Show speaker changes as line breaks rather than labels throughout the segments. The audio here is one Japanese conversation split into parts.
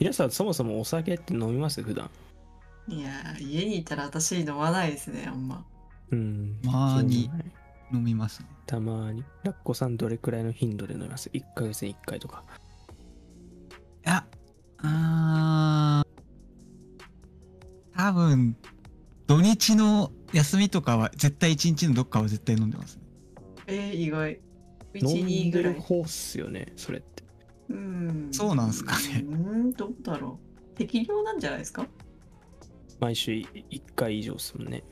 皆さん、そもそもお酒って飲みます普段。
いやー、家にいたら私飲まないですね、あんま。
うん。
たまーに
そうじゃない
飲みますね。
たまーに。ラッコさん、どれくらいの頻度で飲みます ?1 ヶ月に1回とか。
いや、あー多分、土日の休みとかは、絶対一日のどっかは絶対飲んでますね。
えー、意外。1、
飲ん
2
で
ぐら
る
い。
方っすよね、それって。
うん。
そうなんすかね
うーん、どうだろう。適量なんじゃないですか
毎週1回以上っすもんね。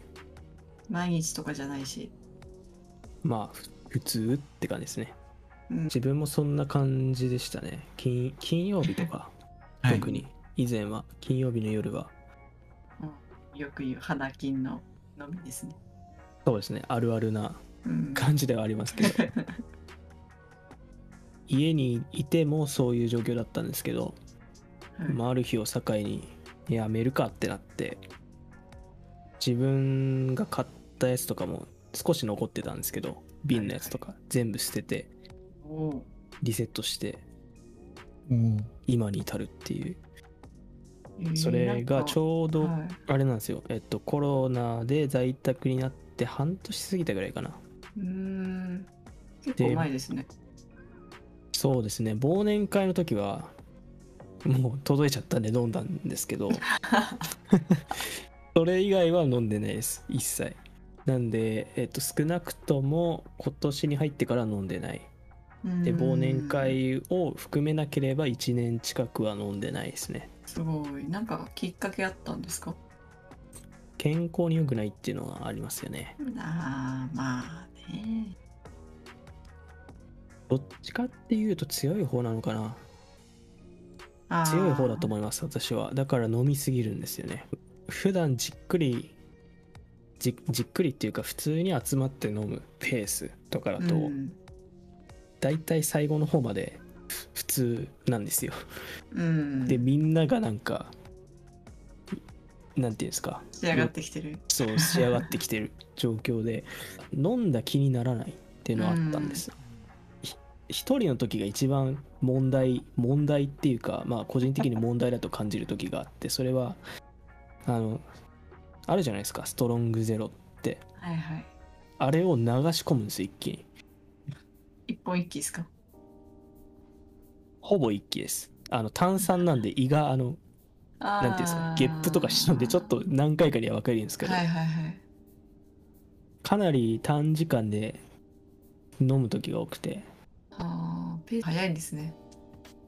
毎日とかじゃないし。
まあ、ふ普通って感じですね。
うん。
自分もそんな感じでしたね。金金曜日とか、
はい
特。に。以前は、金曜日の夜は、
よく言う、花金の飲みですね。
そうですね、あるあるな
うん。
感じではありますけど。家にいてもそういう状況だったんですけど、
はい
まあ、ある日を境にやめるかってなって自分が買ったやつとかも少し残ってたんですけど瓶のやつとか全部捨てて
おー
リセットして
おー
今に至るっていう
えー
それがち
う
ょう
ど
どあれなんですよえっとコロナで在宅になって半年過ぎたぐらいかな
うーん。結構前ですね。
そうですね忘年会の時はもう届いちゃったんで飲んだんですけ どそれ以外は飲んでないです一切なんで、えっと、少なくとも今年に入ってから飲んでないで
うーん
忘年。会を含めなければ1年近くは飲んでないですね
すごい。なんかきっかけあったんですか
健康に良くないっていうのはありますよね
ああ、まあね。
どっちかっていうと強い方なのかな
あー
強い方だと思います私はだから飲みすぎるんですよね普段じっくりじじっくりっていうか普通に集まって飲むペースとかだと、
うん
だいたい最後の方までふ普通なんですよ、
うん、
でみんながなんかなんていうんですか
仕上がってきてる。
そう仕上がってきてる状況で飲んだ気にならないっていうのはあったんですひ一人の時が一番問題問題っていうかまあ個人的に問題だと感じる時があってそれはあのあるじゃないですかストロングゼロって
はいはい。
あれを流し込むんですよ一気に
一本一気ですか
ほぼ一気ですあの炭酸なんで胃があの
あ
なん
ー
ていうんですかゲップとかしちゃうんでちょっと何回かには分かるんですけど、
はいはいはい。
かなり短時間で飲む時が多くて
あーペース早いですね。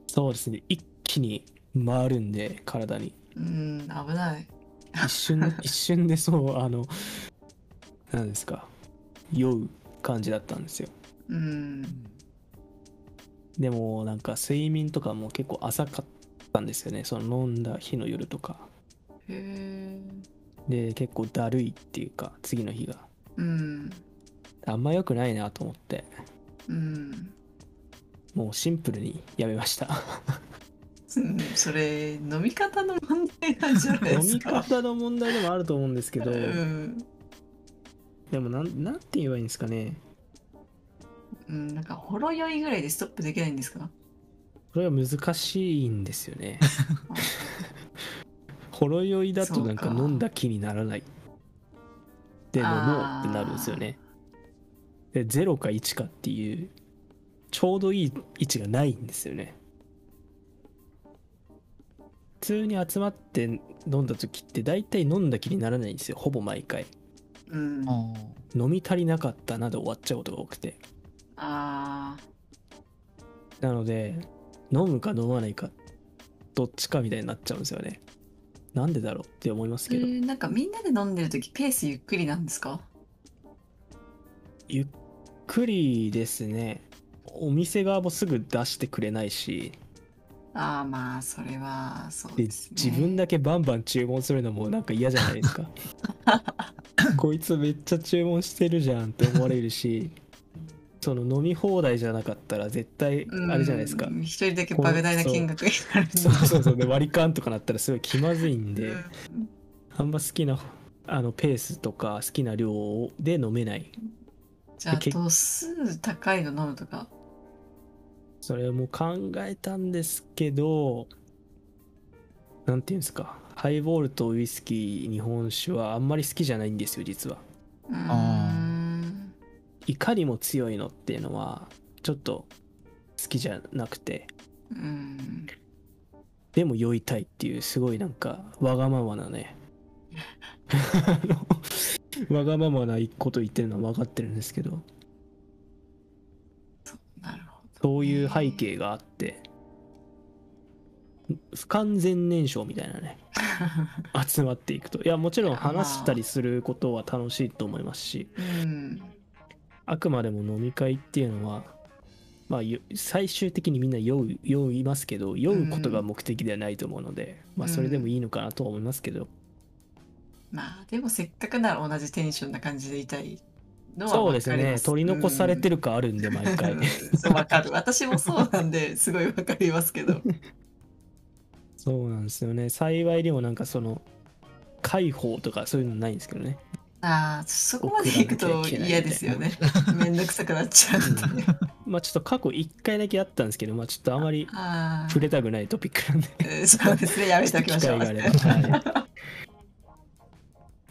そうですね一気に回るんで体に
うん、危ない。
一瞬一瞬でそうあの何ですか酔う感じだったんですよ
うん。
でもなんか睡眠とかも結構浅かったんですよねその飲んだ日の夜とか
へえ。
で結構だるいっていうか次の日が
うん。
あんま良くないなと思って
うん。
もうシンプルにやめました
うんそれ、飲み方の問題なんじゃない
飲
です
み
か。
方の問題でもあると思うんですけど
うん。
でもなんなんて言えばいいんですかね
うん、なんか、ほろ酔いぐらいでストップできないんですか
これが難しいんですよね ほろ酔いだとなんか
そうか
飲んだ気にならないで飲もうってなるんですよねで0か1かっていうちょうどいい位置がないんですよね普通に集まって飲んだ時って大体飲んだ気にならないんですよほぼ毎回
うん。あ
おー
飲み足りなかったなで終わっちゃうことが多くて
あ
なので飲むか飲まないかどっちかみたいになっちゃうんですよねなんでだろうって思います
ー。え
けど、
ー、なんか、みんなで飲んでるとき、ペースゆっくりなんですか
ゆっくりですねお店側もすぐ出してくれないし
ああまあそれはそう
で
ですね。
自分だけバンバン注文するのもなんか嫌じゃないです かこいつめっちゃ注文してるじゃんって思われるしその飲み放題じゃなかったら絶対あれじゃないですか、
うん一人だけ莫大な金額になるんで
そうそうそうで割り勘とかなったらすごい気まずいんで、あんま好きなあのペースとか好きな量で飲めない
じゃあ
け
度数高いの飲むとか。
それも考えたんですけどなんていうんですかハイボールとウイスキー日本酒はあんまり好きじゃないんですよ実は
うー
あ
ん
いかにも強いのっていうのはちょっと好きじゃなくて
うん
でも酔いたいっていうすごいなんかわがままなね あのわがままなこと言ってるのは分かってるんですけど
なるほど
そういう背景があって不完全燃焼みたいなね集まっていくといやもちろん話したりすることは楽しいと思いますし
うん
あくまでも飲み会っていうのは、まあ、よ最終的にみんな酔う酔いますけど酔うことが目的ではないと思うので、まあ、それでもいいのかなとは思いますけど、
まあでもせっかくなら同じテンションな感じでいたいのは
そうですね取り残されて
る
る感ある んで毎回
そうわかる私もそうなんですごいわかりま すけど
そうなんですよね幸いにもなんかその解放とかそういうのないんですけどね
ああそこまで行くと嫌ですよねめんどくさくなっちゃうんで ね
まあちょっと過去1回だけあったんですけどまあちょっとあまり
あ
触れたくないトピックなんで
あえーそうですねやめておきましょう
機会があればは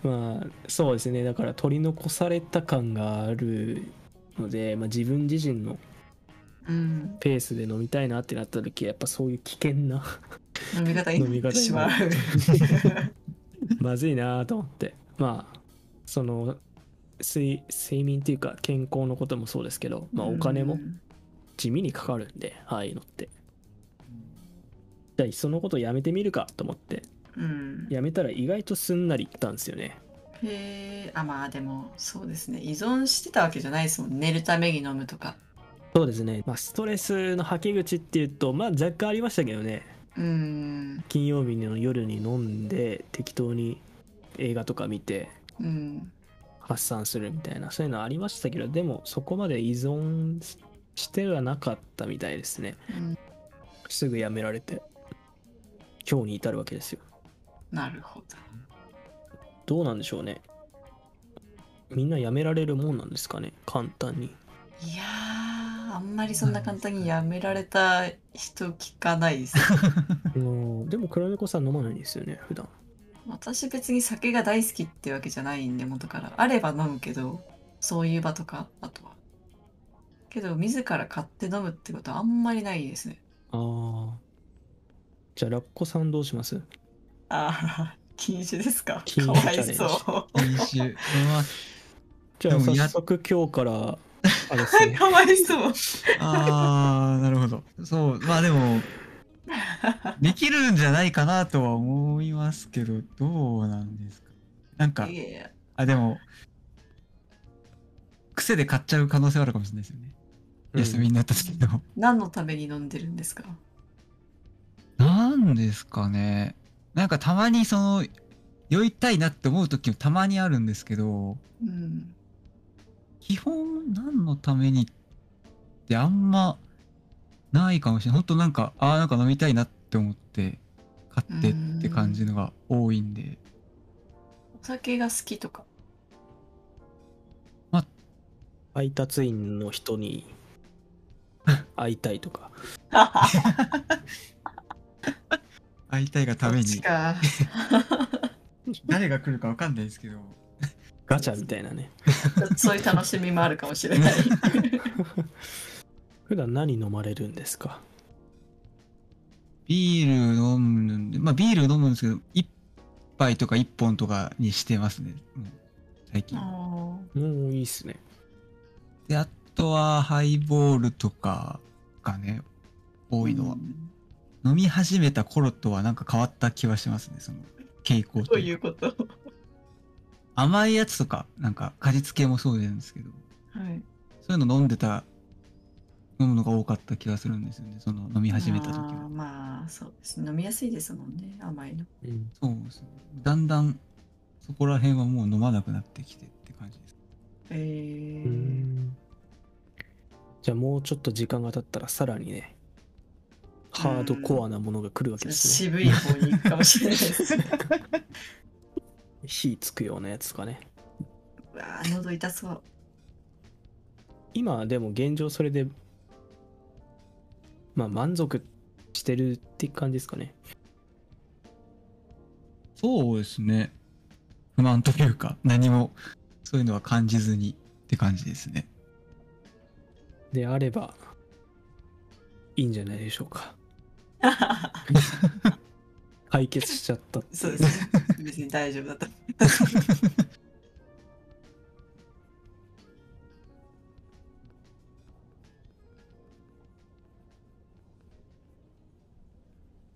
いまあそうですねだから取り残された感があるので、まあ、自分自身の
うん
ペースで飲みたいなってなった時はやっぱそういう危険 な
飲み方になってしまう
まずいなと思ってまあその睡睡眠っていうか健康のこともそうですけど、まあ、お金
う
も
ん
地味にかかるんで、ああいうのってじゃあいっそのことやめてみるかと思って
うん
やめたら意外とすんなりいったんですよね
へえあまあでもそうですね依存してたわけじゃないですもん寝るために飲むとか
そうですね、まあ、ストレスの吐き口っていうとまあ若干ありましたけどね
うん
金曜日の夜に飲んで適当に映画とか見て
うん
発散するみたいなそういうのありましたけどでもそこまで依存してはなかったみたいですね
うん
すぐやめられて今日に至るわけですよ
なるほど
どうなんでしょうねみんなやめられるもんなんですかね簡単に
いやーあんまりそんな簡単にやめられた人聞かない ですね
うんでも黒猫さん飲まないんですよね普段
私別に酒が大好きってわけじゃないんで元からあれば飲むけどそういう場とかあとはけど自ら買って飲むってことはあんまりないですね
ああじゃあラッコさんどうします
ああ禁酒ですか
禁
か
酒
わい
チャ
そ
飲酒うわ
じゃあ
でも
早
や
速今日からあれです
う
ね
かわいそう
あーなるほどそうまあでもできるんじゃないかなとは思いますけどどうなんですかなんか
いやいや
あでも癖で買っちゃう可能性はあるかもしれないですよね、休みになった時の
何のために飲んでるんですか
なんですかね。なんかたまにその、酔いたいなって思う時もたまにあるんですけど、
うん
基本何のためにってあんまないかもしれない。ほんとなんか、ああ、なんか飲みたいなって思って、買ってって感じのが多いんで、
お酒が好きとか
配達員の人 に会いたいとか
会いたいがため
そっち
に、
か
誰が来るかわかんないですけど、
ガチャみたいなね
ちょっとそういう楽しみもあるかもしれ ない。
普段何飲まれるんですか
ビール飲むんで、まあビール飲むんですけど、一杯とか一本とかにしてますね、もう最近。
あ
もういいっすね
で、あとはハイボールとかがね、
ー
多いのは。飲み始めた頃とはなんか変わった気はしますね、その傾向
ど
と
う
い
いう
か
うこと。は
甘いやつとか、なんか果実系もそうなんですけど、
い。
そういうの飲んでた、飲むのが多かった気がするんですよね、その飲み始めた時
あー
は。
まあ、そうです。飲みやすいですもんね。甘いの。
うん
そうですね。だんだんそこら辺はもう飲まなくなってきてって感じです。
え
うー
ー
んじゃあもうちょっと時間が経ったらさらにねハードコアなものが来るわけですね
渋い方に行くかもし れないです。
火つくようなやつとかね
うわあ、喉痛そう。
今でも現状それでまあ満足してるって感じですかね
そうですね。不満というか、何も、そういうのは感じずにって感じですね。
であればいいんじゃないでしょうか解決しちゃったって
そう
いう
ですね。別に大丈夫だと。